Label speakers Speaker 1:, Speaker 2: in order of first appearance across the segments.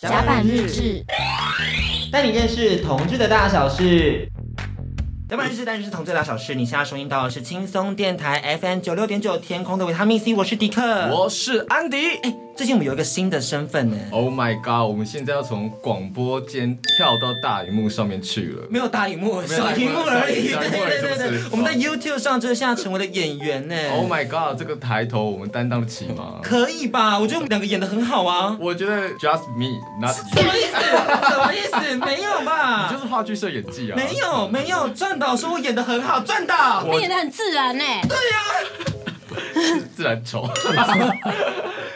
Speaker 1: 甲板日志，
Speaker 2: 带你认识同志的大小事。甲板日志，带你认识同志的大小事。你现在收听到的是轻松电台 FM 九六点九天空的维他命 C，我是迪克。
Speaker 3: 我是安迪。
Speaker 2: 哎，最近我们有一个新的身份呢。
Speaker 3: Oh my god！我们现在要从广播间跳到大荧幕上面去了。
Speaker 2: 没有大荧幕，
Speaker 3: 没有
Speaker 2: 小
Speaker 3: 大
Speaker 2: 荧
Speaker 3: 荧
Speaker 2: 幕
Speaker 3: 幕
Speaker 2: 而已。
Speaker 3: 小
Speaker 2: 对
Speaker 3: 荧幕而已
Speaker 2: 对对
Speaker 3: 是不
Speaker 2: 对
Speaker 3: 是
Speaker 2: 对，我们在 YouTube 上真的现在成为了演员呢。
Speaker 3: Oh my god！这个抬头我们担当得起吗？
Speaker 2: 可以吧？我觉得我们两个演的很好啊。
Speaker 3: 我觉得 just me not
Speaker 2: 什
Speaker 3: you，
Speaker 2: 么意思？什么意思？没有吧？
Speaker 3: 你就是话剧社演技啊。
Speaker 2: 没有没有，转导说我演的很好，转导。
Speaker 3: 我
Speaker 1: 变得哎很自然呢、
Speaker 3: 自然丑。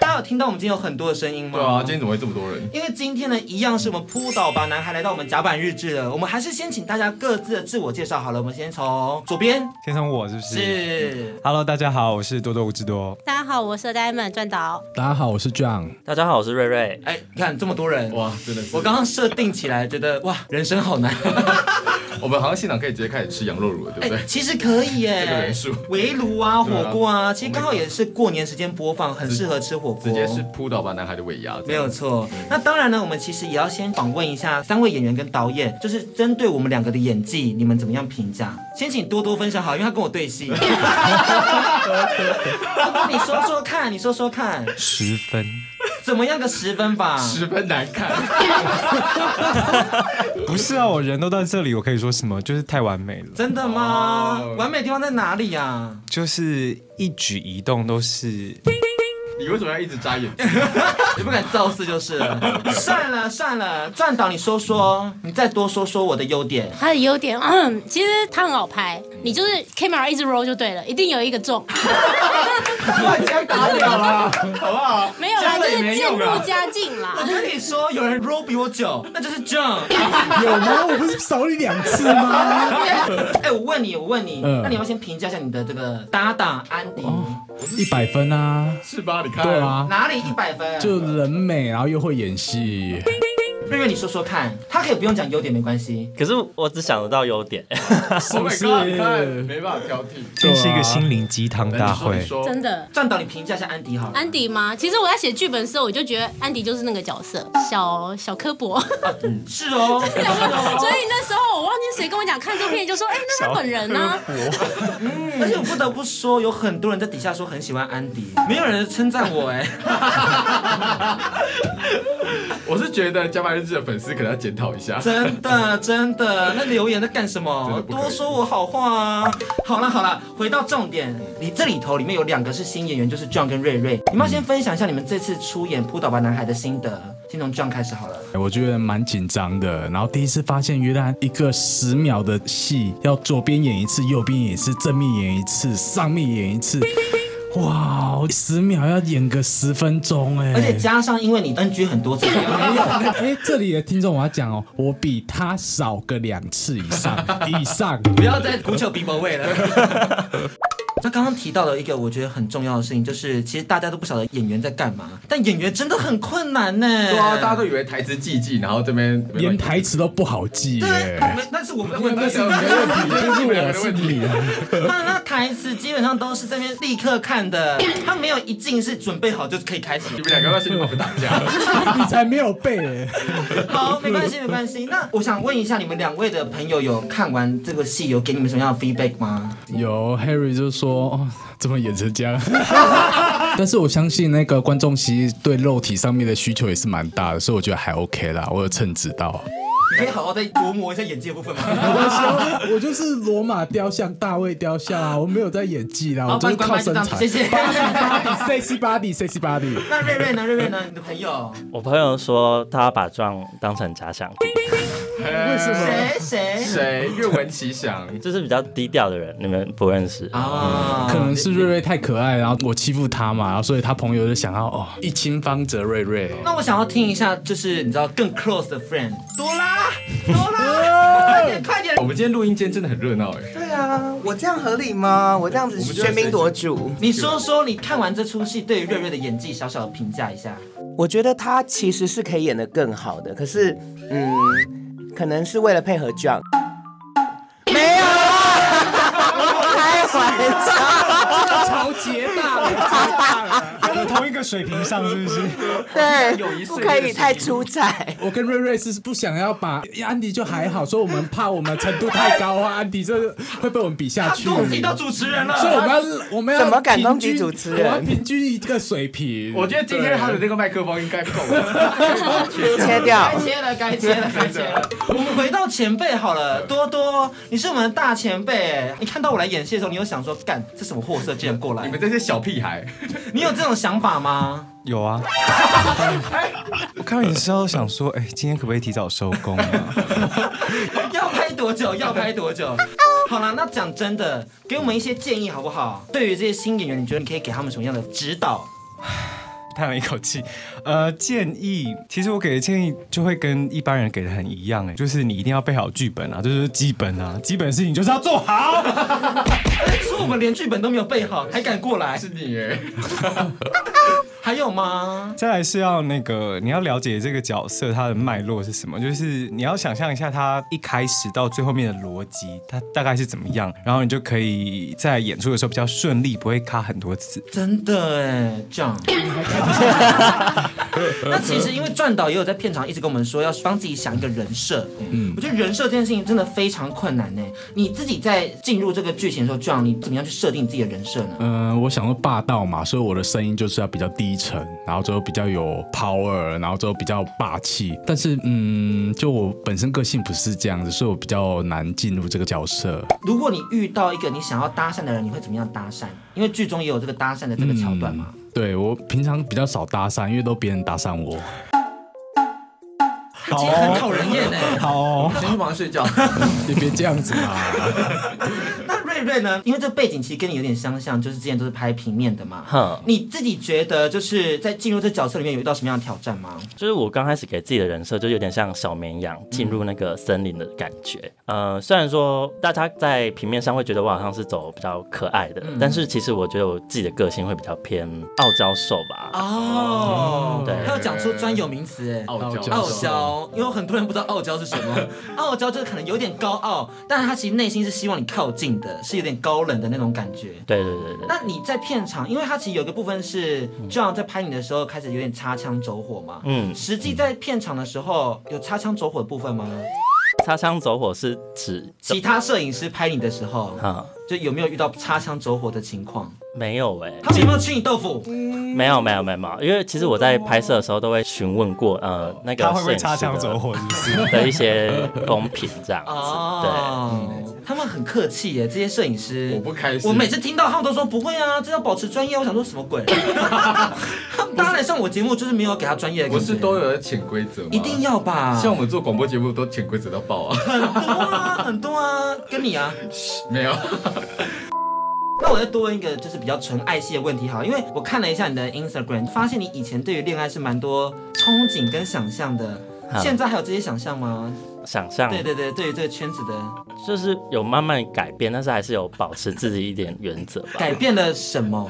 Speaker 2: 大家有听到我们今天有很多的声音吗？
Speaker 3: 对啊，今天怎么会这么多人？
Speaker 2: 因为今天呢，一样是我们扑倒吧男孩来到我们甲板日志了。我们还是先请大家各自的自我介绍好了。我们先从左边
Speaker 4: 先从我是不是
Speaker 3: 嗯
Speaker 2: 是
Speaker 4: h e l l o 大家好，我是多多吴志多。
Speaker 1: 大家好，我是 Diamond 转导，
Speaker 5: 大家好，我是 John。
Speaker 6: 大家好，我是瑞瑞。
Speaker 2: 哎，你看这么多人，
Speaker 3: 哇，真的是
Speaker 2: 我刚刚设定起来，觉得哇，人生好 难。
Speaker 3: 我们好像现场可以直接开始吃羊肉乳了，对不对
Speaker 2: 哎，？其实可以耶，
Speaker 3: 这个人数
Speaker 2: 围炉啊，
Speaker 3: 对啊
Speaker 2: 火锅啊，其实刚好也是过年时间播放，很适合吃火锅。
Speaker 3: 直接是扑倒吧男孩的尾牙。
Speaker 2: 没有错。那当然呢，我们其实也要先访问一下三位演员跟导演，就是针对我们两个的演技，你们怎么样评价？先请多多分享好，因为他跟我对戏。 多多，你说说看，你说说看，
Speaker 4: 十分，
Speaker 2: 怎么样个十分吧？
Speaker 3: 十分难看。
Speaker 4: 不是啊，我人都到这里，我可以说什么？就是太完美了，
Speaker 2: 真的吗？
Speaker 3: 哦
Speaker 2: 完美的地方在哪里呀、啊？
Speaker 4: 就是一举一动都是
Speaker 3: 你为什么要一直眨眼睛？
Speaker 2: 你不敢造次就是 了。算了算了，转导你说说，你再多说说我的优点。
Speaker 1: 他的优点，嗯，其实他很好拍，你就是 camera 一直 roll 就对了，一定有一个中，
Speaker 3: 乱枪打鸟啦，好不好？
Speaker 1: 没有啦，
Speaker 2: 加
Speaker 1: 就
Speaker 2: 了也
Speaker 1: 是
Speaker 2: 没
Speaker 1: 渐
Speaker 2: 用啊
Speaker 1: 入佳境
Speaker 2: 我
Speaker 1: 啦。
Speaker 2: 跟你说，有人 roll 比我久，那就是 John。
Speaker 5: 有吗？我不是少你两次吗？
Speaker 2: 哎，我问你，我问你，
Speaker 5: 嗯哦
Speaker 2: 那你要不要先评价一下你的这个搭档安迪，
Speaker 5: 一百分啊！
Speaker 3: 是吧？你看，
Speaker 5: 对，啊，
Speaker 2: 哪里一百分？
Speaker 5: 就人美，然后又会演戏。
Speaker 2: 瑞瑞，你说说看，他可以不用讲优点没关系。
Speaker 6: 可是我只想得到优点，
Speaker 3: Oh my god！你看，没办法挑剔。
Speaker 4: 真是一个心灵鸡汤大
Speaker 3: 你
Speaker 4: 会。
Speaker 3: 说
Speaker 1: 真的，
Speaker 2: 站导，你评价一下安迪好了。
Speaker 1: 安迪吗？其实我在写剧本的时候，我就觉得安迪就是那个角色，小小科博。
Speaker 2: 是哦，是
Speaker 1: 哎 所
Speaker 2: 哦。
Speaker 1: 以那时候我忘记谁跟我讲看这部片，就说：“哎、那他本人呢、
Speaker 2: 而且我不得不说，有很多人在底下说很喜欢安迪，没有人称赞我哎。
Speaker 3: 我是觉得《加班日志》的粉丝可能要检讨一 下。
Speaker 2: 真的真的，那留言在干什
Speaker 3: 真
Speaker 2: 么
Speaker 3: 的？不可以
Speaker 2: 多说我好话啊！好了好了，回到重点，你这里头里面有两个是新演员，就是 John 跟瑞瑞，你们要先分享一下你们这次出演《扑倒吧男孩》的心得。先从 John 开始好了。
Speaker 5: 哎我觉得蛮紧张的，然后第一次发现，原来一个十秒的戏要左边演一次，右边演一次，正面演一次，上面演一次。哇，十秒要演个十分钟哎、
Speaker 3: 嗯
Speaker 2: 而且加上，因为你 NG 很多次，
Speaker 5: 哎、这里的听众我要讲哦，我比他少个两次以 上，以上。
Speaker 2: 不要再鼓球鼻毛位了。 他刚刚提到了一个我觉得很重要的事情，就是其实大家都不晓得演员在干嘛，但演员真的很困难呢。
Speaker 3: 对啊，大家都以为台词记记，然后这边
Speaker 5: 连台词都不好记哎耶、
Speaker 2: 对，没那是我们的 问题。
Speaker 5: 那是没问题，这是我是你。啊
Speaker 2: 他 那台词基本上都是这边立刻看的，他没有一进是准备好就可以 开始。
Speaker 3: 你们两个要心里面打架。
Speaker 5: 你才没有背、欸。
Speaker 2: 好，没关系，没关系。那我想问一下，你们两位的朋友有看完这个戏，有给你们什么样的 feedback 吗？
Speaker 5: 有 Harry 就说：“哦，怎么演成这样？” 但是我相信那个观众其实对肉体上面的需求也是蛮大的，所以我觉得还 OK 啦，我有称职到。
Speaker 2: 你可以好好再琢磨一下演技的部分吗？
Speaker 5: 哦我就是罗马雕像、大卫雕像啊，我没有在演技啦，
Speaker 2: 好
Speaker 5: 我就
Speaker 2: 帮
Speaker 5: 是
Speaker 2: 你
Speaker 5: 靠
Speaker 2: 关
Speaker 5: 身
Speaker 2: 麦
Speaker 5: 材。
Speaker 2: 谢谢
Speaker 5: Body, body, sexy body, sexy body。
Speaker 2: 那瑞瑞呢？瑞瑞呢？你的朋友
Speaker 6: 我朋友说他把壮当成假想敌，
Speaker 3: 为什
Speaker 2: 谁谁？
Speaker 3: 谁？愿闻其详。
Speaker 6: 就是比较低调的人，你们不认识。
Speaker 2: 啊，
Speaker 5: 可能是瑞瑞太可爱，然后我欺负他嘛，然后所以他朋友就想要哦，一清方泽瑞瑞。
Speaker 2: 那我想要听一下，就是你知道更 close 的 friend 多 拉，多拉，快点快点！
Speaker 3: 我们今天录音间真的很热闹哎，
Speaker 7: 对啊，我这样合理吗？我这样子
Speaker 3: 我们就是
Speaker 7: 喧宾夺主。
Speaker 2: 你说说你看完这出戏对于瑞瑞的演技小小的评价一下。
Speaker 7: 我觉得他其实是可以演得更好的，可是，嗯，可能是为了配合 John。没有啊， 开玩笑。
Speaker 5: 超结大了，结大了，跟同一个
Speaker 4: 个水平上是不是？
Speaker 3: 有一
Speaker 7: 对，
Speaker 3: 次
Speaker 7: 不可
Speaker 3: 那
Speaker 7: 以
Speaker 3: 个
Speaker 7: 太
Speaker 3: 事情
Speaker 7: 出彩。
Speaker 5: 我跟瑞瑞是不想要把安迪就还好，所以我们怕我们程度太高啊，安迪这会被我们比下
Speaker 2: 他
Speaker 5: 去。
Speaker 2: 攻击到主持人
Speaker 5: 所以我
Speaker 2: 了。
Speaker 5: 们要我们要
Speaker 7: 怎么敢
Speaker 5: 平
Speaker 7: 攻击
Speaker 5: 均
Speaker 7: 主持
Speaker 5: 我们要
Speaker 7: 人
Speaker 5: 平均一个水平。
Speaker 3: 我觉得今天他的那个麦克风应该够了。
Speaker 7: 切掉
Speaker 2: 该切了，该切了，该切了。我们回到前辈好了，多多，你是我们的大前辈。你看到我来演戏的时候，你有想说，干这什么货色竟然过来
Speaker 3: 你？们这些小屁孩，
Speaker 2: 你有这种想法吗？
Speaker 4: 有啊。我看到你的时候想说，哎、今天可不可以提早收工啊？
Speaker 2: 要拍多久？要拍多久？好了，那讲真的，给我们一些建议好不好？对于这些新演员，你觉得你可以给他们什么样的指导？
Speaker 4: 叹了一口气，呃，建议其实我给的建议就会跟一般人给的很一样、哎，就是你一定要背好剧本啊，这就是基本啊，基本事情就是要做好。
Speaker 2: 哎说我们连剧本都没有背好，还敢过来？
Speaker 3: 是你欸耶，
Speaker 2: 还有吗？
Speaker 4: 再来是要那个，你要了解这个角色他的脉络是什么，就是你要想象一下他一开始到最后面的逻辑，他大概是怎么样，然后你就可以在演出的时候比较顺利，不会卡很多次。
Speaker 2: 真的哎，这样。那其实因为转导也有在片场一直跟我们说，要帮自己想一个人设。嗯，我觉得人设这件事情真的非常困难呢。你自己在进入这个剧情的时候，这样你怎么样去设定自己的人设呢？
Speaker 5: 嗯，我想说霸道嘛，所以我的声音就是要比较低沉，然后之后比较有 power，然后之后比较霸气。但是，嗯，就我本身个性不是这样子，所以我比较难进入这个角色。
Speaker 2: 如果你遇到一个你想要搭讪的人，你会怎么样搭讪？因为剧中也有这个搭讪的这个桥段嘛。
Speaker 5: 嗯对我平常比较少搭讪，因为都别人搭讪我。
Speaker 2: 他其实很讨人厌哎。
Speaker 4: 好、
Speaker 3: 我先去忙睡觉。
Speaker 5: 你别这样子 嘛，
Speaker 2: 那瑞瑞呢？因为这背景其实跟你有点相像，就是之前都是拍平面的嘛。
Speaker 6: 哼，
Speaker 2: 你自己觉得就是在进入这角色里面有遇到什么样的挑战吗？
Speaker 6: 就是我刚开始给自己的人设就有点像小绵羊进入那个森林的感觉。呃，虽然说大家在平面上会觉得我好像是走比较可爱的，但是其实我觉得我自己的个性会比较偏傲娇瘦吧。
Speaker 2: 啊哦，
Speaker 6: 对
Speaker 2: 他有讲出专有名词哎。
Speaker 3: 傲娇，
Speaker 2: 傲娇，因为很多人不知道傲娇是什么。傲娇就是可能有点高傲，但是他其实内心是希望你靠近的，是有点高冷的那种感觉。
Speaker 6: 对对对对对，
Speaker 2: 那你在片场，因为他其实有一个部分是，这样在拍你的时候开始有点擦枪走火嘛。
Speaker 6: 嗯，
Speaker 2: 实际在片场的时候有擦枪走火的部分吗？
Speaker 6: 擦枪走火是指
Speaker 2: 其他摄影师拍你的时候，
Speaker 6: 啊、
Speaker 2: 就有没有遇到擦枪走火的情况？
Speaker 6: 没有哎、
Speaker 2: 他们有没有吃你豆腐？
Speaker 6: 没有没有没有没有，因为其实我在拍摄的时候都会询问过呃那个
Speaker 4: 他会不
Speaker 6: 摄
Speaker 4: 会
Speaker 6: 影师
Speaker 4: 擦枪
Speaker 6: 的
Speaker 4: 走火？是不是？
Speaker 6: 的一些风评这样子，对。
Speaker 2: 哦，他们很客气耶，这些摄影师。
Speaker 3: 我不开心。
Speaker 2: 我每次听到他们都说不会啊，这要保持专业。我想说什么 鬼？他们当然上我节目就是没有给他专业的感
Speaker 3: 不
Speaker 2: 觉，
Speaker 3: 是都有潜规则吗？
Speaker 2: 一定要吧？
Speaker 3: 像我们做广播节目都潜规则到爆啊！
Speaker 2: 很多啊，很多啊，跟你啊。
Speaker 3: 没有，
Speaker 2: 那我再多问一个，就是比较纯爱系的问题好了，因为我看了一下你的 Instagram，发现你以前对于恋爱是蛮多憧憬跟想象的。
Speaker 6: 啊
Speaker 2: 现在还有这些想象吗？
Speaker 6: 想象
Speaker 2: 对对对，对于这个圈子的
Speaker 6: 就是有慢慢改变，但是还是有保持自己一点原则吧。
Speaker 2: 改变了什 么？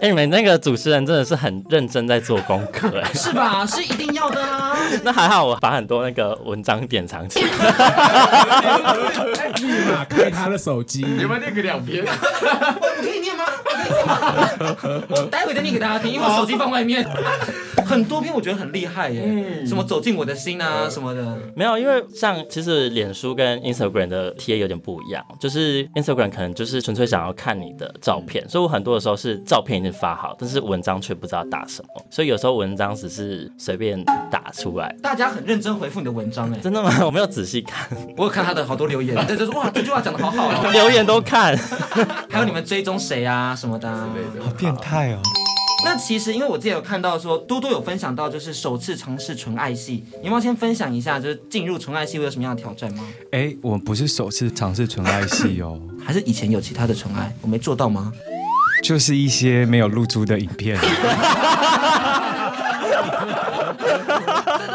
Speaker 6: 哎、你们那个主持人真的是很认真在做功课、 哎
Speaker 2: 是吧？是一定要的啊啦。
Speaker 6: 那还好，我把很多那个文章典藏起来。
Speaker 5: 立马开他的手机。
Speaker 3: 你们那个两 边，
Speaker 2: 我可以念吗？我可以念吗？我待会再念给大家听，因为我手机放外面。 嗯很多篇我觉得很厉害耶，什么走进我的心啊什么的。
Speaker 6: 没有，因为像其实脸书跟 Instagram 的贴有点不一样，就是 Instagram 可能就是纯粹想要看你的照片，所以我很多的时候是照片已经发好，但是文章却不知道打什么，所以有时候文章只是随便打出来。
Speaker 2: 大家很认真回复你的文章哎，哎
Speaker 6: 真的吗？我没有仔细看，
Speaker 2: 我有看他的好多留 言，对，就是哇，这句话讲的好好哦。
Speaker 6: 留言都看。
Speaker 2: 还有你们追踪谁啊什么的啊、
Speaker 4: 好变态哦！
Speaker 2: 那其实因为我之前有看到说，多多有分享到就是首次尝试纯爱系，你要不要先分享一下，就是进入纯爱系会有什么样的挑战吗？
Speaker 4: 哎、我不是首次尝试纯爱戏哦，
Speaker 2: 还是以前有其他的纯爱，我没做到吗？
Speaker 4: 就是一些没有露出的影片。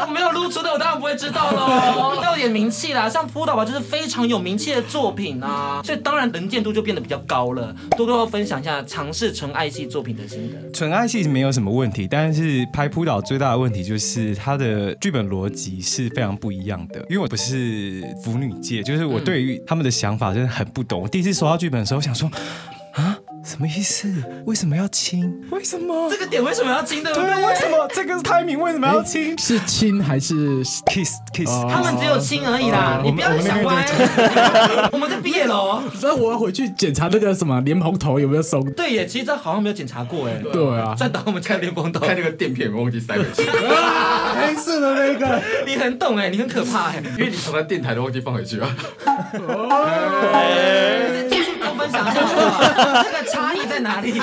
Speaker 2: 我没有露出的，我当然不会知道喽。要有点名气啦，像扑倒吧就是非常有名气的作品啊，所以当然能见度就变得比较高了。多多要分享一下尝试纯爱系作品的心得。
Speaker 4: 纯爱戏没有什么问题，但是拍扑倒最大的问题就是它的剧本逻辑是非常不一样的。因为我不是腐女界，就是我对于他们的想法真的很不懂。我第一次收到剧本的时候，我想说啊，什么意思？为什么要亲？为什么哎
Speaker 2: 这？个点为什么要亲，对不
Speaker 4: 对，啊
Speaker 2: 对？
Speaker 4: 为什么这个 timing 为什么要亲
Speaker 5: 是亲还是
Speaker 4: ？kiss kiss，
Speaker 5: 哦
Speaker 2: 他们只有亲而已啦，你不要想歪。 我们在毕业楼，
Speaker 5: 那我要回去检查那个什么莲蓬头有没有松。
Speaker 2: 对耶，其实这好像没有检查过哎。
Speaker 5: 对啊，
Speaker 2: 算打我们家连光头，
Speaker 3: 看那个垫片有没有忘记塞回去，
Speaker 5: 黑色的那个，
Speaker 2: 你很懂哎，你很可怕 哎。
Speaker 3: 因为你常常电台都忘记放回去啊。
Speaker 2: 继续跟我分享一下好不好，这个差异在哪里？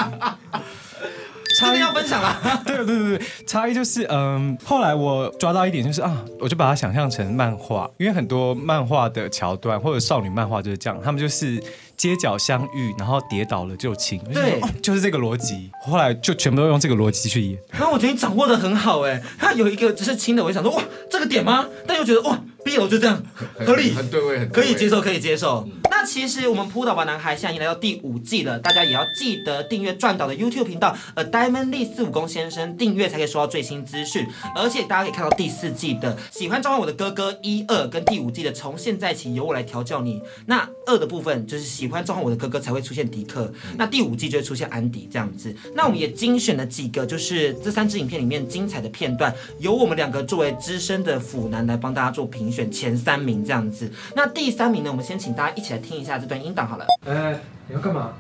Speaker 2: 真的要分享啊啦！
Speaker 4: 对对对对，差异就是，嗯，后来我抓到一点就是啊，我就把它想象成漫画，因为很多漫画的桥段或者少女漫画就是这样，他们就是街角相遇，然后跌倒了就亲，我就想
Speaker 2: 对
Speaker 4: 哦就是这个逻辑。我后来就全部都用这个逻辑去演，
Speaker 2: 然后我觉得你掌握的很好哎，他有一个只是亲的，我就想说哇，这个点吗？但又觉得哇，B 楼就这样合理，
Speaker 3: 很对嗯味，很
Speaker 2: 可
Speaker 3: 对味
Speaker 2: 以接。受，可以接受。那其实我们扑倒吧男孩现在已经来到第五季了，大家也要记得订阅转岛的 YouTube 频道，呃，Diamond Lee 四五公先生订阅才可以收到最新资讯。而且大家可以看到第四季的《喜欢召唤我的哥哥》一二跟第五季的《从现在起由我来调教你》。那呃二的部分就是《喜欢召唤我的哥哥》才会出现迪克，那第五季就会出现安迪这样子。那我们也精选了几个，就是这三支影片里面精彩的片段，由我们两个作为资深的腐男来帮大家做评选前三名这样子。那第三名呢，我们先请大家一起来听一下这段音档好了。
Speaker 8: 哎，你要干嘛？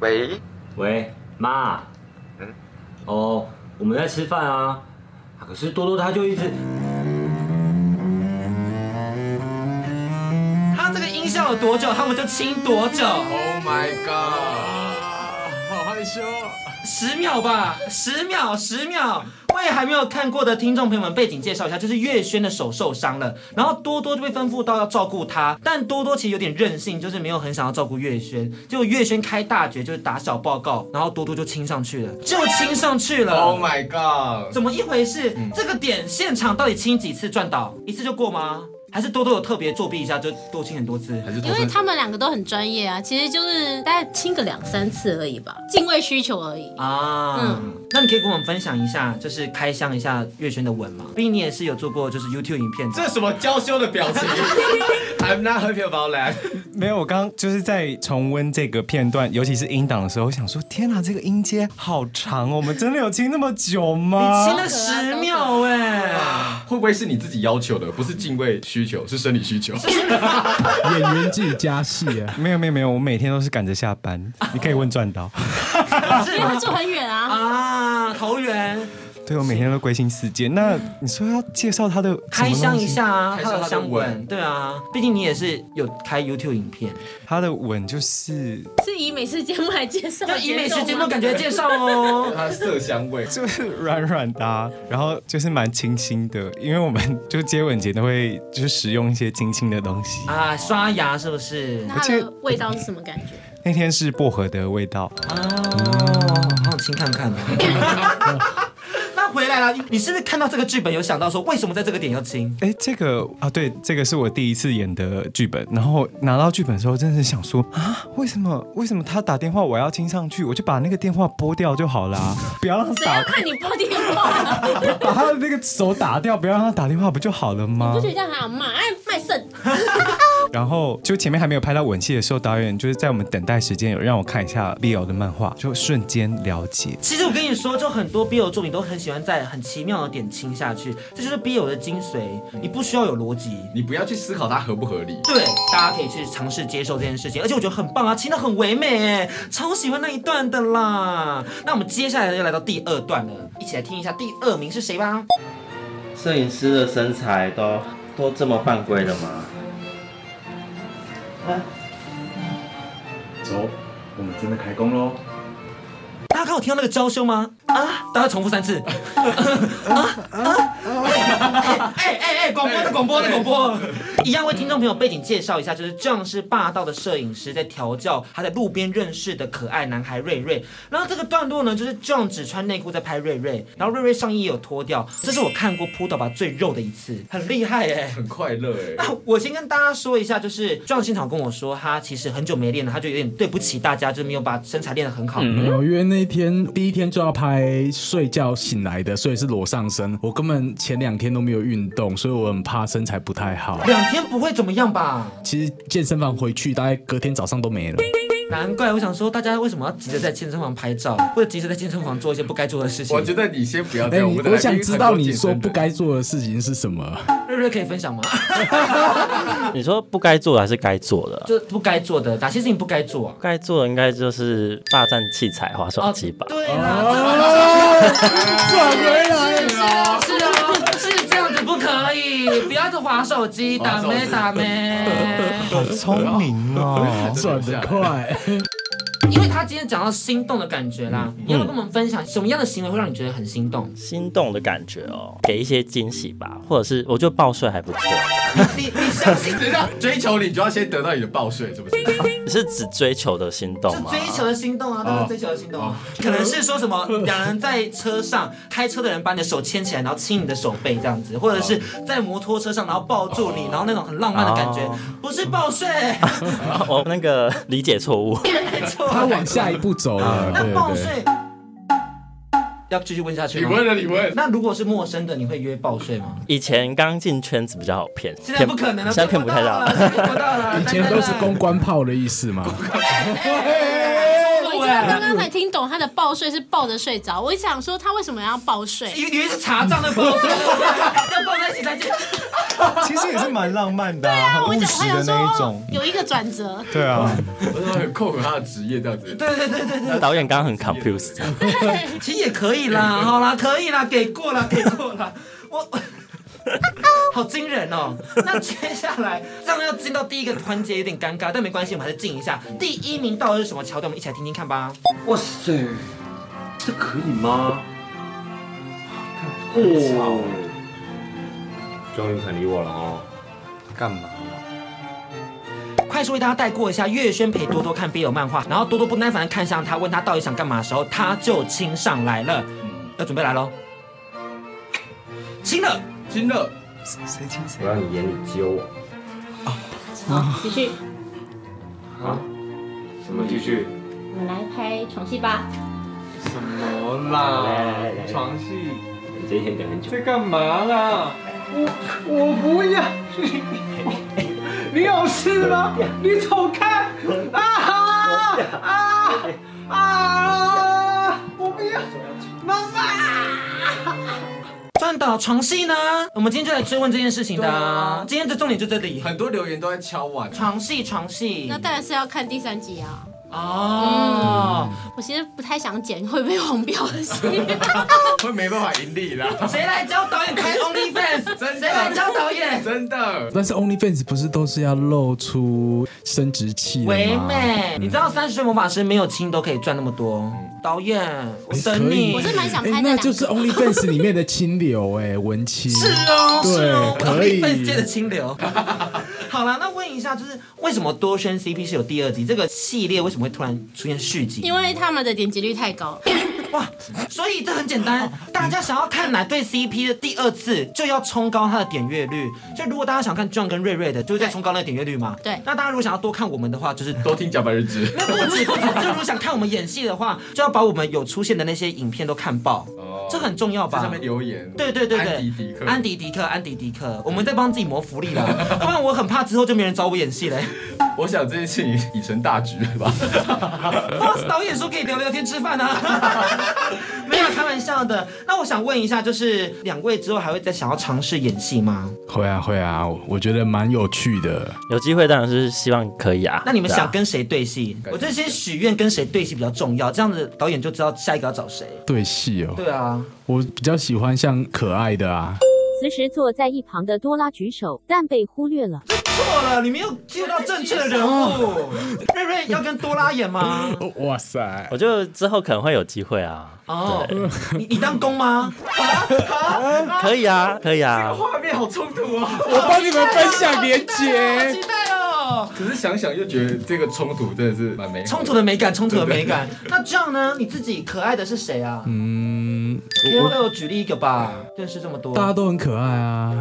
Speaker 9: 喂，
Speaker 10: 喂，妈。
Speaker 9: 嗯
Speaker 10: 哦，我们在吃饭啊。啊可是多多他就一直，
Speaker 2: 他这个音效有多久，他们就亲多久，
Speaker 3: Oh my god！
Speaker 5: 好害羞。
Speaker 2: 十秒吧，十秒，十秒。为还没有看过的听众朋友们背景介绍一下，就是月轩的手受伤了，然后多多就被吩咐到要照顾他，但多多其实有点任性，就是没有很想要照顾月轩。结果月轩开大绝，就是打小报告，然后多多就亲上去了，就亲上去了。
Speaker 3: Oh my 嗯 god！
Speaker 2: 怎么一回事？这个点现场到底亲几次赚到？一次就过吗？还是多多有特别作弊一下，就多亲很多次？
Speaker 3: 还是
Speaker 1: 因
Speaker 3: 多
Speaker 1: 为
Speaker 3: 生
Speaker 1: 他们两个都很专业啊，其实就是大概亲个两三次而已吧，敬畏需求而已。
Speaker 2: 啊，
Speaker 3: 嗯
Speaker 2: 那你可以跟我们分享一下，就是开箱一下月轩的吻吗？毕竟你也是有做过就是 YouTube 影片的，
Speaker 3: 这什么娇羞的 表情？I'm not happy about that。
Speaker 4: 没有，我刚刚就是在重温这个片段，尤其是音档的时候，我想说，天啊哪，这个音阶好长哦，我们真的有亲那么久吗？
Speaker 2: 你亲了十秒哎、
Speaker 3: 会不会是你自己要求的？不是敬畏需求，是生理需求。
Speaker 5: 演员自己加戏啊，
Speaker 4: 没有没有没有，我每天都是赶着下 班，你可以问赚
Speaker 2: 哦
Speaker 4: 到。
Speaker 1: 因为他住很远啊，
Speaker 2: 啊，投缘，
Speaker 4: 对，我每天都归心似箭。那你说要介绍他的什么
Speaker 2: 嗯开箱一
Speaker 4: 东西，
Speaker 2: 下啊，
Speaker 3: 开
Speaker 2: 他的
Speaker 3: 箱他的
Speaker 2: 香吻，
Speaker 3: 吻
Speaker 2: 对啊，毕竟你也是有开 YouTube 影片，
Speaker 4: 他的吻就是
Speaker 1: 是以美食节目来介绍，
Speaker 2: 要以美食节目
Speaker 1: 吗
Speaker 2: 感觉介绍哦。
Speaker 3: 它的色香味，
Speaker 4: 就是软软的啊、然后就是蛮清新的，因为我们就接吻前都会就是使用一些清新的东西。
Speaker 2: 啊，刷牙是不是？
Speaker 1: 那它的味道是什么感觉？
Speaker 2: 啊
Speaker 4: 那天是薄荷的味道，
Speaker 2: 哦，好想亲看看哦。 那回来了，你你是不是看到这个剧本有想到说为什么在这个点要亲？
Speaker 4: 哎，这个啊，对，这个是我第一次演的剧本。然后拿到剧本的时候，真的是想说啊，为什么为什么他打电话我要亲上去，我就把那个电话拨掉就 好啦，不要让他
Speaker 1: 谁要
Speaker 4: 打，
Speaker 1: 看你拨电话？
Speaker 4: 把他的那个手打掉，不要让他打电话不就好了吗？
Speaker 1: 不觉得这样很好骂？ 哎，卖肾，
Speaker 4: 然后就前面还没有拍到吻戏的时候，导演就是在我们等待时间有让我看一下 BL 的漫画，就瞬间了解。
Speaker 2: 其实我跟你说，就很多 BL 作品都很喜欢在很奇妙的点亲下去，这就是 BL 的精髓。你不需要有逻辑，
Speaker 3: 你不要去思考它合不合理。
Speaker 2: 对，大家可以去尝试接受这件事情，而且我觉得很棒啊，亲的很唯美哎，超喜欢那一段的啦。那我们接下来就来到第二段了，一起来听一下第二名是谁吧。
Speaker 6: 摄影师的身材都都这么犯规了吗？
Speaker 8: 啊走，我们真的开工喽！
Speaker 2: 大家刚有听到那个娇羞吗？啊！大家重复三 次。啊啊！哎哎哎！广播的广播的广播， 一样为听众朋友背景介绍一下，就是这样是霸道的摄影师在调教他在路边认识的可爱男孩瑞瑞。然后这个段落呢，就是 John 只穿内裤在拍瑞瑞，然后瑞瑞上衣也有脱掉，这是我看过扑倒吧最肉的一次，很厉害哎、
Speaker 3: 很快乐哎、
Speaker 2: 啊，我先跟大家说一下，就是壮现场跟我说，他其实很久没练了，他就有点对不起大家，就是没有把身材练得很好。
Speaker 5: 没有，因为那天第一天就要拍睡觉醒来的，所以是裸上身。我根本前两天都没有运动，所以我很怕身材不太好。
Speaker 2: 两天不会怎么样吧？
Speaker 5: 其实健身房回去大概隔天早上都没了。
Speaker 2: 难怪我想说，大家为什么要急着在健身房拍照，或者急着在健身房做一些不该做的事情？
Speaker 3: 我觉得你先不要这
Speaker 5: 哎，
Speaker 3: 样，
Speaker 5: 你
Speaker 3: 们的
Speaker 5: 我
Speaker 3: 来宾
Speaker 5: 想知道你说
Speaker 3: 很
Speaker 5: 不
Speaker 3: 多健身的
Speaker 5: 该做的事情是 什么？
Speaker 2: 瑞瑞可以分 享吗？
Speaker 6: 你说不该做的还是该做的？
Speaker 2: 就是不该做的，哪些事情不该做啊？
Speaker 6: 不该做的应该就是霸占器材、划手机吧。
Speaker 2: 对啦，
Speaker 3: 啊
Speaker 5: 转回来了，
Speaker 2: 是啊，是这样子不可以，不要再划手机，打咩打 咩。
Speaker 4: 好聪明哦！
Speaker 5: 转得快。
Speaker 2: 因为他今天讲到心动的感觉啦，你要不要跟我们分享什么样的行为会让你觉得很心动？
Speaker 6: 心动的感觉哦，给一些惊喜吧，或者是我觉得报税还不错。
Speaker 2: 你你相信
Speaker 3: 等一下，追求你就要先得到你的报税，是不是？
Speaker 6: 你是只追求的心动
Speaker 2: 是
Speaker 6: 吗？
Speaker 2: 追求的心动啊，当然追求的心动
Speaker 6: 哦
Speaker 2: 啊，可能是说什么两人在车上开车的人把你的手牵起来，然后亲你的手背这样子，或者
Speaker 6: 哦
Speaker 2: 是在摩托车上然后抱住你，然后那种很浪漫的感觉
Speaker 6: 哦，
Speaker 2: 不是报税，
Speaker 6: 我 那个理解错误，
Speaker 2: 没错，
Speaker 5: 他往下一步走了，对
Speaker 2: 啊那报
Speaker 5: 对对。
Speaker 2: 税要继续问下去
Speaker 3: 你
Speaker 2: 吗？
Speaker 3: 问了，你问。
Speaker 2: 那如果是陌生的，你会约报税吗？
Speaker 6: 以前刚进圈子比较好骗，
Speaker 2: 现在不可能了，
Speaker 6: 现在骗不太
Speaker 2: 到
Speaker 6: 到
Speaker 2: 了，。现在骗不到 了，
Speaker 5: 以前都是公关炮的意思嘛，
Speaker 1: 我知
Speaker 2: 啊
Speaker 1: 道刚刚才听懂他的报税是抱着睡着，我一想说他为什么要报税？
Speaker 2: 以以为是查账的报 税，要报在一起才见。
Speaker 4: 其实也是蛮浪漫的、啊，
Speaker 1: 我
Speaker 4: 很务
Speaker 1: 讲，我
Speaker 4: 实
Speaker 1: 想
Speaker 4: 的
Speaker 1: 说
Speaker 4: 那一
Speaker 1: 哦
Speaker 4: 种。
Speaker 1: 有一个转折，
Speaker 4: 对啊，
Speaker 3: 我说很扣合他的职业这样子。
Speaker 2: 对对对对对，
Speaker 6: 导演刚刚很 confused，
Speaker 2: 其实也可以啦，好啦，可以啦，给过啦，给过啦，我。 我好惊人哦！那接下来，这样要进到第一个环节有点尴尬，但没关系，我们还是进一下。第一名到底是什么桥段？我们一起来听听看吧。
Speaker 10: 哇塞，这可以吗？哦，终于肯理我了哦。
Speaker 8: 干嘛？
Speaker 2: 快速为大家带过一下，月轩陪多多看 BL 漫画，然后多多不耐烦的看向他，问他到底想干嘛的时候，他就亲上来了，要准备来喽，亲了。
Speaker 3: 亲热，
Speaker 10: 我让你眼里只有我。
Speaker 9: 好，继续，
Speaker 10: 啊？什么继续？
Speaker 9: 我们来拍床戏吧。
Speaker 8: 什么
Speaker 10: 来来来来
Speaker 8: 啦
Speaker 10: 来？
Speaker 8: 床戏
Speaker 10: 你这一天等很久。
Speaker 8: 在干嘛啦？我我不要，你有事吗？你走开！啊啊啊啊！我不要，妈妈。
Speaker 2: 转到床戏呢，我们今天就来追问这件事情的、啊。今天的重点就这里，
Speaker 3: 很多留言都在敲碗。
Speaker 2: 床戏，床戏
Speaker 1: 那。当然是要看第三集啊。
Speaker 2: 哦，
Speaker 1: 我其实不太想剪会被黄标的戏，
Speaker 3: 会没办法盈利啦，
Speaker 2: 谁来教导演开 OnlyFans？
Speaker 3: 真
Speaker 2: 谁来
Speaker 3: 的
Speaker 2: 教导 演？
Speaker 3: 真的。
Speaker 5: 但是 OnlyFans 不是都是要露出生殖器的
Speaker 2: 唯
Speaker 5: 吗？
Speaker 2: 美，你知道三十岁魔法师没有亲都可以赚那么多。导演，我等你。
Speaker 1: 我是蛮想拍
Speaker 5: 哎、
Speaker 1: 那
Speaker 5: 那
Speaker 1: 两
Speaker 5: 就
Speaker 1: 个。
Speaker 5: 是 OnlyFans 里面的清流哎、文青
Speaker 2: 是哦，
Speaker 5: 对
Speaker 2: 是哦，我
Speaker 5: 可
Speaker 2: 一
Speaker 5: 以
Speaker 2: 份界的清流。 好了，那问一下，就是为什么多轩 CP 是有第二集？这个系列为什么会突然出现续集？
Speaker 1: 因为他们的点击率太高，
Speaker 2: 哇，所以这很简单，大家想要看哪对 CP 的第二次，就要冲高它的点阅率。所以如果大家想看 John 跟瑞瑞的，就是在冲高那个点阅率嘛。
Speaker 1: 对
Speaker 2: 那大家如果想要多看我们的话，就是多。
Speaker 3: 都听《甲板日志》
Speaker 2: 那不止不止，就如果想看我们演戏的话，就要把我们有出现的那些影片都看爆，
Speaker 3: 哦，
Speaker 2: 这很重要吧？
Speaker 3: 在上面留言。
Speaker 2: 对对对对，
Speaker 3: 安迪迪克，
Speaker 2: 安迪迪克，安迪迪克，我们在帮自己谋福利 啦，不然我很怕之后就没人找我演戏嘞。
Speaker 3: 我想这件事情已成大局了吧？
Speaker 2: boss 导演说可以聊聊天吃饭啊， 没有开玩笑的。那我想问一下，就是两位之后还会再想要尝试演戏吗？
Speaker 5: 会啊会啊，我我觉得蛮有趣的。
Speaker 6: 有机会当然是希望可以啊。
Speaker 2: 那你们
Speaker 6: 对啊
Speaker 2: 想跟谁对戏？
Speaker 3: 啊
Speaker 2: 我觉得先许愿跟谁对戏比较重要，这样子导演就知道下一个要找谁。
Speaker 5: 对戏哦，
Speaker 2: 对啊，
Speaker 5: 我比较喜欢像可爱的啊，
Speaker 11: 此时坐在一旁的多拉举手，但被忽略了。
Speaker 2: 错了，你没有进入到正确的人 物。瑞瑞要跟多拉演吗？
Speaker 5: 哦哇塞，
Speaker 6: 我就之后可能会有机会啊。
Speaker 2: 哦，你你当公吗？
Speaker 6: 可以啊，可以啊。
Speaker 3: 画面好冲突啊！
Speaker 5: 我帮你们分享连
Speaker 2: 好
Speaker 5: 接
Speaker 2: 期。待哦！
Speaker 3: 可是想想又觉得这个冲突真的是蛮美好的
Speaker 2: 冲突的美感，冲突的美感。那这样呢？你自己可爱的是谁啊？
Speaker 5: 嗯，
Speaker 2: 给
Speaker 5: 我
Speaker 2: 我我举例一个吧，认识这么多，
Speaker 5: 大家都很可爱啊。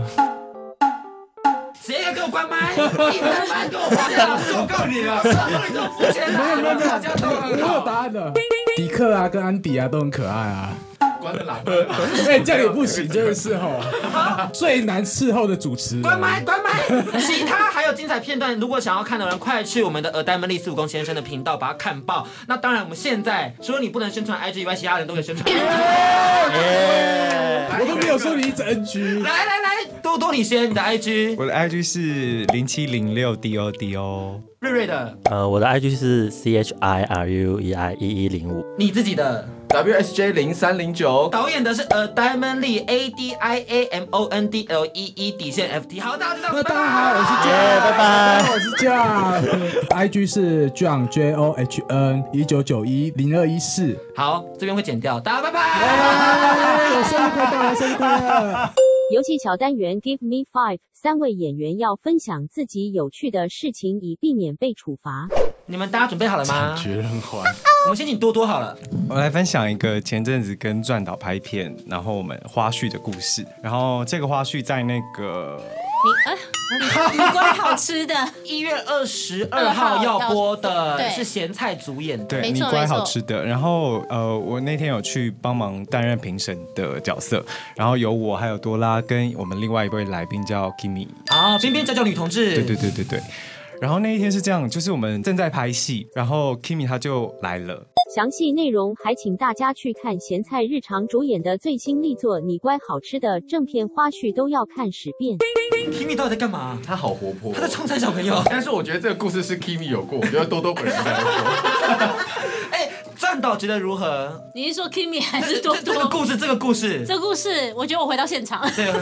Speaker 2: 谁要给我关麦？一关麦给我关掉！我告诉你了，你这肤 浅男人，大家都
Speaker 5: 我
Speaker 2: 很
Speaker 5: 有
Speaker 2: 好。
Speaker 5: 答案的，迪克啊跟安迪啊都很可爱啊。
Speaker 3: 关
Speaker 5: 哎，这样也不行，真的是哈，最难伺候的主持人。
Speaker 2: 关麦，关麦！其他还有精彩片段，如果想要看的人，快去我们的呃呆门利四五公先生的频道把它看爆。那当然，我们现在除了你不能宣传 IG 以外，其他人都可以宣传。
Speaker 5: 我都没有说你一直 NG。
Speaker 2: 来来来，多多你先，你的 IG，
Speaker 4: 我的 IG 是零七零六 D O D O。
Speaker 2: 瑞瑞的，
Speaker 6: 呃，我的 IG 是 C H I R U E I 一一零五。
Speaker 2: 你自己的
Speaker 3: WSJ 零三零九，
Speaker 2: 导演的是呃 Diamond Lee A D I A M O N D L E E 底线 F T。好，大家知道。
Speaker 5: 那大家好，我是 John，拜哎拜，我是 John，IG 是 John J O H N 一九九一零二一四。
Speaker 2: 好，这边会剪掉，大家拜拜。
Speaker 5: 我生日快到了，生日快乐！
Speaker 11: 游戏小单元 Give Me Five，三位演员要分享自己有趣的事情，以避免被处罚。
Speaker 2: 你们大家准备好了吗？
Speaker 5: 觉得很缓。
Speaker 2: 我们先请多多好了。
Speaker 4: 我来分享一个前阵子跟转导拍片，然后我们花絮的故事。然后这个花絮在那个
Speaker 1: 你哎，你关于好吃的，
Speaker 2: 一月二十二号要播的
Speaker 1: 对
Speaker 2: 是咸菜主演的，
Speaker 4: 对
Speaker 1: 没
Speaker 4: 你
Speaker 1: 错
Speaker 4: 乖
Speaker 1: 没错
Speaker 4: 好吃的。然后呃，我那天有去帮忙担任评审的角色，然后有我还有多拉跟我们另外一位来宾叫 Kimi。
Speaker 2: 啊，边边角角女同志，
Speaker 4: 对对对对对。然后那一天是这样，就是我们正在拍戏，然后 Kimi 他就来了。
Speaker 11: 详细内容还请大家去看咸菜日常主演的最新力作《你乖好吃的》正片花絮都要看十遍。
Speaker 2: Kimi 到底在干嘛？
Speaker 3: 他好活泼哦，
Speaker 2: 他在冲散小朋 友。
Speaker 3: 但是我觉得这个故事是 Kimi 有过，我觉得多多本人没有过。
Speaker 2: 战斗哎觉得如何？
Speaker 1: 你是说 Kimi 还
Speaker 2: 这
Speaker 1: 是多
Speaker 2: 这这个
Speaker 1: 多？
Speaker 2: 故事，这个故事，
Speaker 1: 这故事，我觉得我回到现场，
Speaker 2: 对，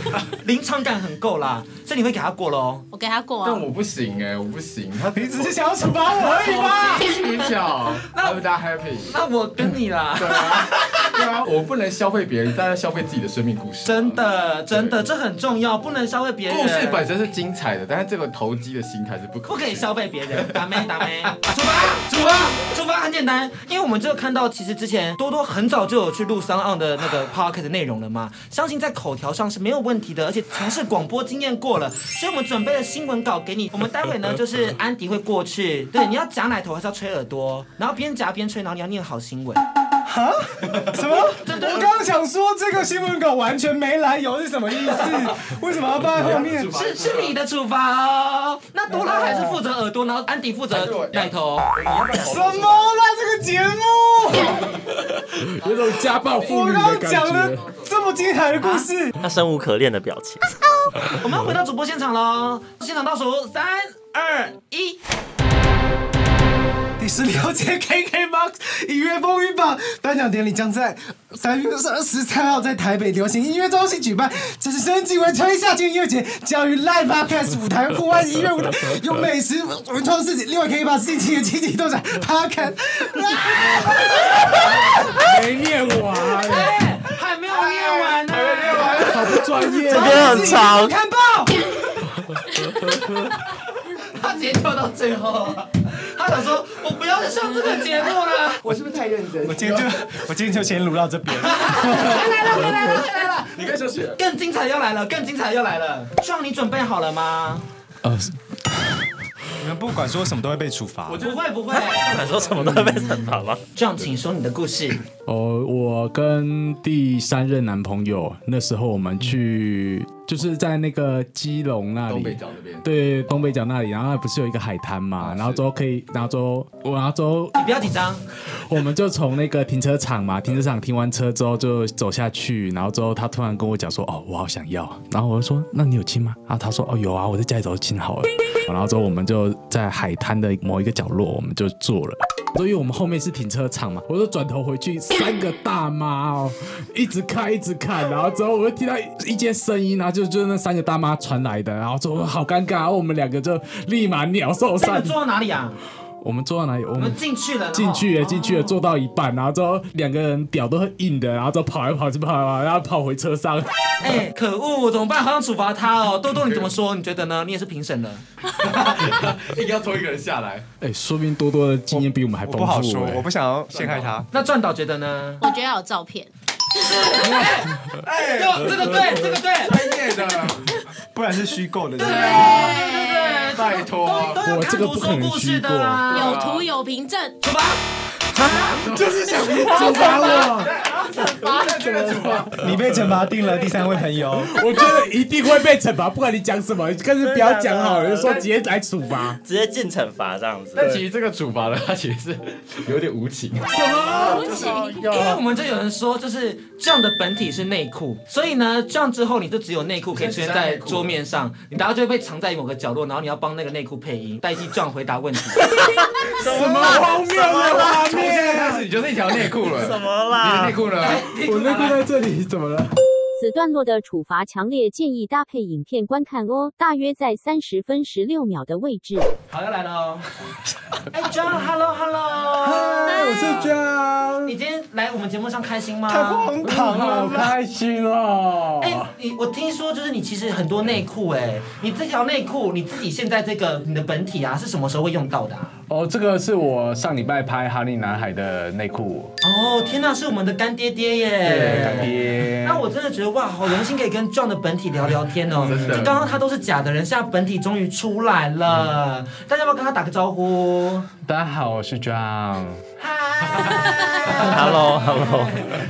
Speaker 2: 临场感很 够啦，所以你会给他过喽。
Speaker 1: 我给他过
Speaker 3: 但
Speaker 1: 啊。
Speaker 3: 我不行哎，我不行，他
Speaker 4: 你只是想要处罚我而已吧？
Speaker 3: 技巧，让大家 happy。
Speaker 2: 那我跟你啦
Speaker 3: 对。啊，对啊，我不能消费别人，但要消费自己的生命故事。
Speaker 2: 真的，真的，这很重要，不能消费别人。
Speaker 3: 故事本身是精彩的，但是这个投机的心态是不可
Speaker 2: 不可以消费别 人，打妹打妹，出发出发出发，很简单，因为我们就看到，其实之前多多很早就有去录商岸的那个 podcast 内容了嘛，相信在口条上是没有问题的，而且从事广播经验过了，所以我们准备了新闻稿给你，我们待会 呢就是安迪会过去，对，你要夹奶头还是要吹耳朵，然后边夹边吹，然后你要念好新闻，
Speaker 4: 什么？我刚刚想说这个新闻稿完全没来由是什么意 思？为什么要放在后面？
Speaker 2: 是是你的处罚哦，那多拉还是负责耳朵，然后安迪负责奶头，
Speaker 4: 什么啦？这个节目，
Speaker 5: 有种家暴妇
Speaker 4: 我
Speaker 5: 女
Speaker 4: 刚刚
Speaker 5: 的感
Speaker 4: 讲
Speaker 5: 觉
Speaker 4: 了。这么精彩的故事，
Speaker 6: 他生无可恋的表情。
Speaker 2: 我们要回到主播现场喽，现场倒数三二一。
Speaker 4: 第十六届 KKBOX 音乐风云榜颁奖典礼将在三月二十三号在台北流行音乐中心举办，这是升级为春夏季音乐节，将于 Live Podcast 舞台、户外音乐舞台有美食、文创市集，另外可以把星期的亲戚都在 Podcast。
Speaker 5: 没念完，
Speaker 2: 哎还没有念完呢，
Speaker 5: 好不专业。
Speaker 6: 这边很长，
Speaker 4: 看报，
Speaker 2: 他直接跳到最后，啊他想说，我不要再上这个节目了。
Speaker 7: 我是不是太认真？
Speaker 4: 我今天就我今天就先录到这边。
Speaker 2: 回来了，回来了，回来了，
Speaker 3: 你可以休息了。
Speaker 2: 更精彩的要来了，更精彩的要来了。壮，你准备好了吗？
Speaker 5: 呃，
Speaker 4: 你们不管说什么都会被处罚
Speaker 2: 不会，不会。
Speaker 6: 敢说什么都会被惩罚吗？
Speaker 2: 壮，请说你的故事。
Speaker 5: 哦，我跟第三任男朋友那时候我们去，就是在那个基隆那里，
Speaker 3: 东北角那边，哦
Speaker 5: 对，东北角那里，然后那不是有一个海滩嘛，然后之后可以，然后之后我，然后之后
Speaker 2: 你不要紧张，
Speaker 5: 我们就从那个停车场嘛，停车场停完车之后就走下去，然后之后他突然跟我讲说，哦，我好想要，然后我就说，那你有亲吗？啊，他说，哦，有啊，我在家里早就亲好了。 然后之后我们就在海滩的某一个角落，我们就坐了。所以我们后面是停车场嘛，我就转头回去，三个大妈哦，一直看一直看，然后之后我就听到一间声音，然后就就是那三个大妈传来的，然后之后好尴尬，啊然后我们两个就立马鸟兽
Speaker 2: 这个
Speaker 5: 散。
Speaker 2: 坐到哪里啊？
Speaker 5: 我们坐到哪里？我
Speaker 2: 我
Speaker 5: 们
Speaker 2: 们进去了，然后
Speaker 5: 进去了，进去了，做到一半，然后之后两个人屌都很硬的，然后之后跑来跑去，跑来跑去，然后跑回车上。
Speaker 2: 哎，可恶，怎么办？好想处罚他哦。豆豆，你怎么说？你觉得呢？你也是评审了。
Speaker 3: 硬要 拖一个人下来，
Speaker 5: 哎，说明多多的经验比我们还丰富。哎
Speaker 4: 想要陷害他。
Speaker 2: 那转导觉得呢？
Speaker 1: 我觉得要有照片，
Speaker 2: 哎，哟这个对，这个对。
Speaker 3: 专业的，
Speaker 4: 不然是虚构的。对
Speaker 3: 拜托，
Speaker 2: 都有看图说故事的啦，
Speaker 1: 有图有凭证。
Speaker 2: 什么？
Speaker 3: 就是想
Speaker 5: 惩罚我，
Speaker 3: 这个主啊，
Speaker 4: 你被惩罚定了第三位朋友，
Speaker 5: 我觉得一定会被惩罚，不管你讲什么，干脆不要讲好了，就说直接来处罚。
Speaker 6: 直接进惩罚这样子。
Speaker 3: 啊但其实这个处罚的他其实是有点无情。
Speaker 2: 么因为我们就有人说，就是这样的本体是内裤，所以呢，这样之后你就只有内裤可以出现在桌面上，你大家就会被藏在某个角落，然后你要帮那个内裤配音，代替这样回答问题。
Speaker 5: 什么荒谬的画
Speaker 3: 从 现在
Speaker 5: 面？
Speaker 3: 开始你就是一条内裤了。
Speaker 6: 什么啦
Speaker 3: 你的内裤呢？
Speaker 5: 我内裤在这里，怎么了？
Speaker 11: 此段落的处罚强烈建议搭配影片观看哦，大约在三十分十六秒的位置。
Speaker 2: 好，又来了哦。哎，John，Hello，Hello，
Speaker 5: 嗨，我是 John，
Speaker 2: 你今天来我们节目上开心吗？
Speaker 5: 太荒唐了，好开心哦！
Speaker 2: 哎、你我听说就是你其实很多内裤哎，你这条内裤你自己现在这个你的本体啊是什么时候会用到的、啊？
Speaker 12: 哦，这个是我上礼拜拍《哈利男孩》的内裤。
Speaker 2: 哦，天呐，是我们的干爹爹耶！
Speaker 12: 干爹
Speaker 5: 啊
Speaker 2: 那我真的觉得哇，好荣幸可以跟 John 的本体聊聊天哦。
Speaker 3: 真的
Speaker 2: 就刚刚他都是假的人，现在本体终于出来了，大家要不要跟他打个招呼？
Speaker 12: 大家好，我是 John。
Speaker 6: ？Hello，Hello，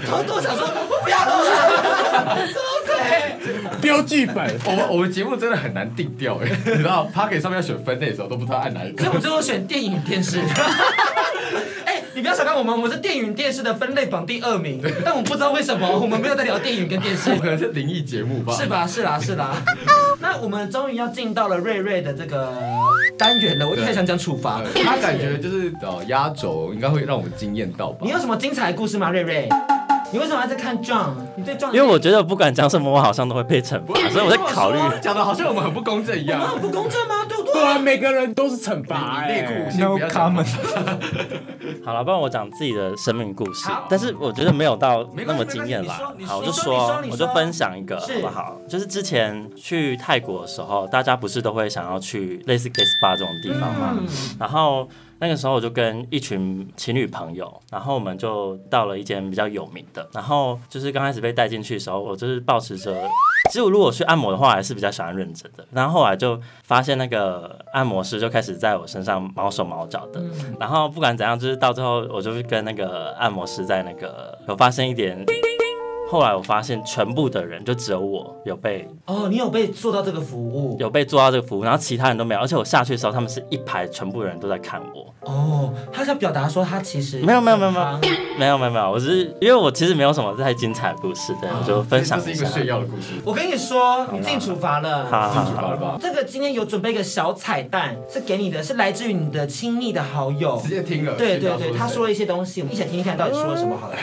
Speaker 2: 偷偷想说，我不要偷了， 什么鬼？
Speaker 5: 丢剧本，
Speaker 3: 我们我们节目真的很难定调哎，你知道 p o c k e t 上面要选分类的时候都不知道按哪一
Speaker 2: 所以我
Speaker 3: 个
Speaker 2: 们。最后选电影电 视。哎，你不要小看我们，我们是电影电视的分类榜第二名，但我不知道为什么我们没有在聊电影跟电视
Speaker 3: 我。可能是灵异节目吧？
Speaker 2: 是？吧？是啦，是 啦。那我们终于要进到了瑞瑞的这个单元了，我一开始想讲处罚。
Speaker 3: 他感觉就是哦，压轴应该会让我惊艳到吧
Speaker 6: 啊
Speaker 2: 你？有什么精彩的故事吗，瑞瑞？你为什么还在看 John？你对 John？
Speaker 6: 因为我觉得不管讲什么，我好像都会被惩罚，所以我在考虑。
Speaker 3: 讲的好像我们很不公正一
Speaker 2: 我们
Speaker 3: 样
Speaker 2: 很。不公正吗？对不
Speaker 5: 对啊，
Speaker 2: 对？
Speaker 5: 每个人都是惩罚哎。
Speaker 3: 内裤先不要
Speaker 4: No
Speaker 3: 讲
Speaker 4: comment
Speaker 6: 好了，不然 我讲自己的生命故事
Speaker 2: 好，
Speaker 6: 但是我觉得没有到
Speaker 2: 没关系
Speaker 6: 那么惊艳啦
Speaker 2: 没关系你。说
Speaker 6: 好，
Speaker 2: 你
Speaker 6: 我就
Speaker 2: 说你说
Speaker 6: 说
Speaker 2: 你，说
Speaker 6: 我就分享一个好
Speaker 2: 是
Speaker 6: 不好？就是之前去泰国的时候，大家不是都会想要去类似 gay spa 这种地方吗？然后那个时候我就跟一群情侣朋友，然后我们就到了一间比较有名的，然后就是刚开始被带进去的时候，我就是保持着。其实我如果去按摩的话，还是比较喜欢认真的。然后后来就发现那个按摩师就开始在我身上毛手毛脚的，然后不管怎样，就是到最后我就跟那个按摩师在那个有发生一点。后来我发现全部的人就只有我有被
Speaker 2: 哦，你有被做到这个服务
Speaker 6: 有被做到这个服务，然后其他人都没有。而且我下去的时候，他们是一排全部人都在看我，
Speaker 2: 哦。他想表达说他其实
Speaker 6: 没有没有没有没有
Speaker 2: 啊
Speaker 6: 没有没有没有，我是因为我其实没有什么太精彩的故事，对，我就分享
Speaker 3: 这
Speaker 6: 一
Speaker 3: 是一个
Speaker 6: 下。
Speaker 3: 炫耀的故事。
Speaker 2: 我跟你说，你进处罚了。
Speaker 6: 好好
Speaker 3: 好
Speaker 6: 好，
Speaker 3: 了吧？
Speaker 2: 这个今天有准备一个小彩蛋，是给你的，是来自于你的亲密的好友
Speaker 3: 直。接听了。
Speaker 2: 对
Speaker 3: 知道
Speaker 2: 对对，
Speaker 3: 是
Speaker 2: 他
Speaker 3: 谁
Speaker 2: 说了一些东西，我们一起来听听看到底说了什么好了。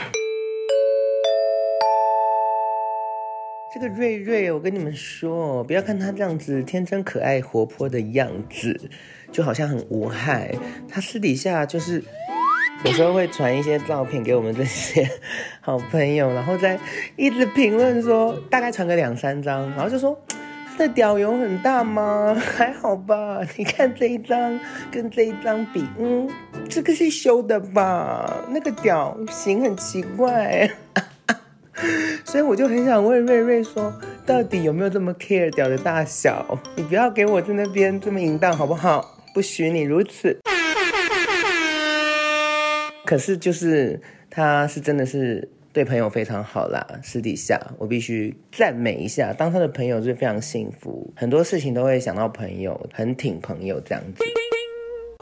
Speaker 7: 这个瑞瑞，我跟你们说，不要看他这样子天真可爱、活泼的样子，就好像很无害。他私底下就是有时候会传一些照片给我们这些好朋友，然后再一直评论说，大概传个两三张，然后就说。这屌有很大吗？ 还好吧。你看这一张跟这一张比，嗯，这个是修的吧？那个屌型很奇怪。所以我就很想问瑞瑞说，到底有没有这么 care 屌的大小？你不要给我在那边这么淫荡好不好？不许你如此。可是就是他是真的是对朋友非常好啦，私底下我必须赞美一下，当他的朋友是非常幸福，很多事情都会想到朋友，很挺朋友这样子。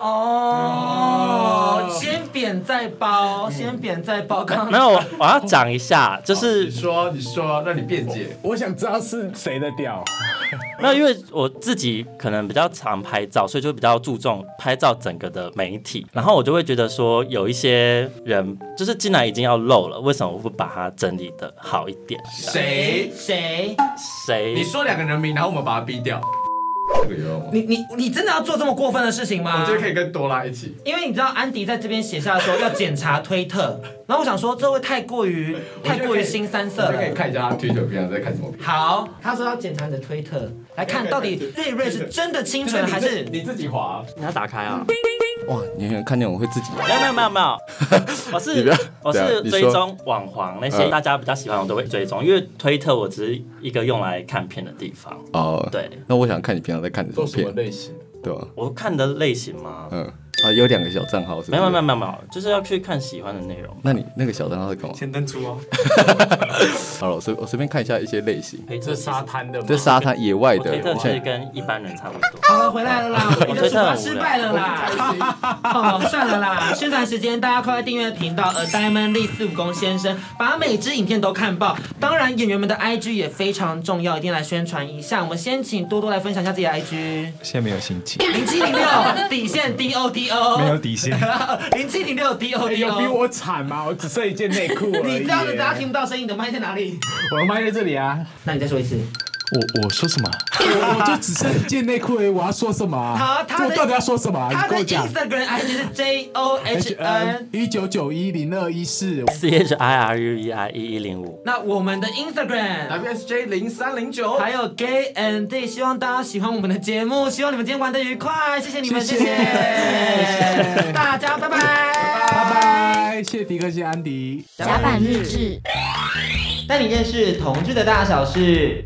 Speaker 2: 哦，先扁再包，先扁再
Speaker 3: 哦
Speaker 2: 包。刚刚
Speaker 6: 没有，我我要讲一下，就
Speaker 3: 你
Speaker 6: 是
Speaker 3: 说你说，让你辩解。
Speaker 5: 我想知道是谁的屌，
Speaker 6: 没有，因为我自己可能比较常拍照，所以就比较注重拍照整个的媒体。然后我就会觉得说，有一些人就是既然已经要露了，为什么不把它整理的好一点？
Speaker 3: 谁？
Speaker 2: 谁？
Speaker 6: 谁？
Speaker 3: 你说两个人名，然后我们把他逼掉。这个有用吗？
Speaker 2: 你你你真的要做这么过分的事情吗？
Speaker 3: 我觉得可以跟多拉一起。
Speaker 2: 因为你知道安迪在这边写下说要检查推 特，然后我想说这会太过于
Speaker 3: 我觉
Speaker 2: 太
Speaker 3: 得
Speaker 2: 过
Speaker 3: 可
Speaker 2: 于
Speaker 3: 以
Speaker 2: 新三色
Speaker 3: 大家可以
Speaker 2: 了。
Speaker 3: 看一下他推特平常在看什么。
Speaker 2: 好，他说要检查你的推特，来看到底瑞瑞是真的清纯还是
Speaker 3: 你自己滑？
Speaker 6: 你要打开啊？
Speaker 3: 哇，你看那种会自己
Speaker 6: 没有没有没有没
Speaker 3: 你不
Speaker 6: 有，我是
Speaker 3: 要
Speaker 6: 我
Speaker 3: 等下
Speaker 6: 是
Speaker 3: 你
Speaker 6: 追
Speaker 3: 说
Speaker 6: 踪网黄那些
Speaker 3: 嗯
Speaker 6: 大家比较喜欢，我都会追踪，因为推特我只是一个用来看片的地方。
Speaker 3: 哦。
Speaker 6: 对
Speaker 3: 那我想看你平常在看的
Speaker 12: 都什么类型？
Speaker 3: 对吧？
Speaker 6: 我看的类型吗？
Speaker 3: 嗯，啊，有两个小账号是不
Speaker 6: 没
Speaker 3: 是？
Speaker 6: 有没有没有没有，就是要去看喜欢的内容。
Speaker 3: 那你那个小账号是干嘛？
Speaker 4: 先登出哦。
Speaker 3: 好了，我随我随便看一下一些类型。
Speaker 6: 这沙滩 的
Speaker 3: 这沙滩野外的
Speaker 6: 推特
Speaker 3: 我现
Speaker 6: 是
Speaker 3: 在
Speaker 6: 跟一般人差不多。
Speaker 2: 好了，回来了 啦，我们哦的
Speaker 6: 推
Speaker 2: 出
Speaker 6: 特
Speaker 2: 发
Speaker 6: 很无
Speaker 2: 失
Speaker 6: 聊
Speaker 2: 败了 啦。哦，算了啦，宣传时间，大家快来订阅频道 A Diamond 力四五公先生，把每支影片都看爆。当然，演员们的 IG 也非常重要，一定来宣传一下。我们先请多多来分享一下自己的 IG，
Speaker 4: 现在没有心情，
Speaker 2: 零七零六底线 D O D O，
Speaker 4: 没有底线。
Speaker 2: 零七零六 D O
Speaker 12: 哎
Speaker 2: D
Speaker 12: 有
Speaker 2: O，
Speaker 12: 比我惨吗？我只剩一件内裤而已。
Speaker 2: 你这样子大家听不到声音，你的麦在哪里？
Speaker 12: 我的麦在这里啊。
Speaker 2: 那你再说一次。
Speaker 5: 我我说什么？啊我就只剩一件内裤而已，我要说什么啊？
Speaker 2: 好他的
Speaker 5: 我到底要说什么啊？
Speaker 2: 他
Speaker 5: 你跟
Speaker 2: 的呃
Speaker 5: 我讲。
Speaker 2: Instagram IG 是 J O H N。
Speaker 5: N 一九九一零二一四
Speaker 6: C H I R U E I 一一零五，
Speaker 2: 那我们的 Instagram WSJ 零三零九， 还有 Gay and D，希望大家喜欢我们的节目，希望你们今天玩的愉快，谢谢你们，谢谢大家，拜拜。
Speaker 5: 拜拜，谢谢迪克，谢谢安迪。
Speaker 2: 甲板日志，带你认识同志的大小事。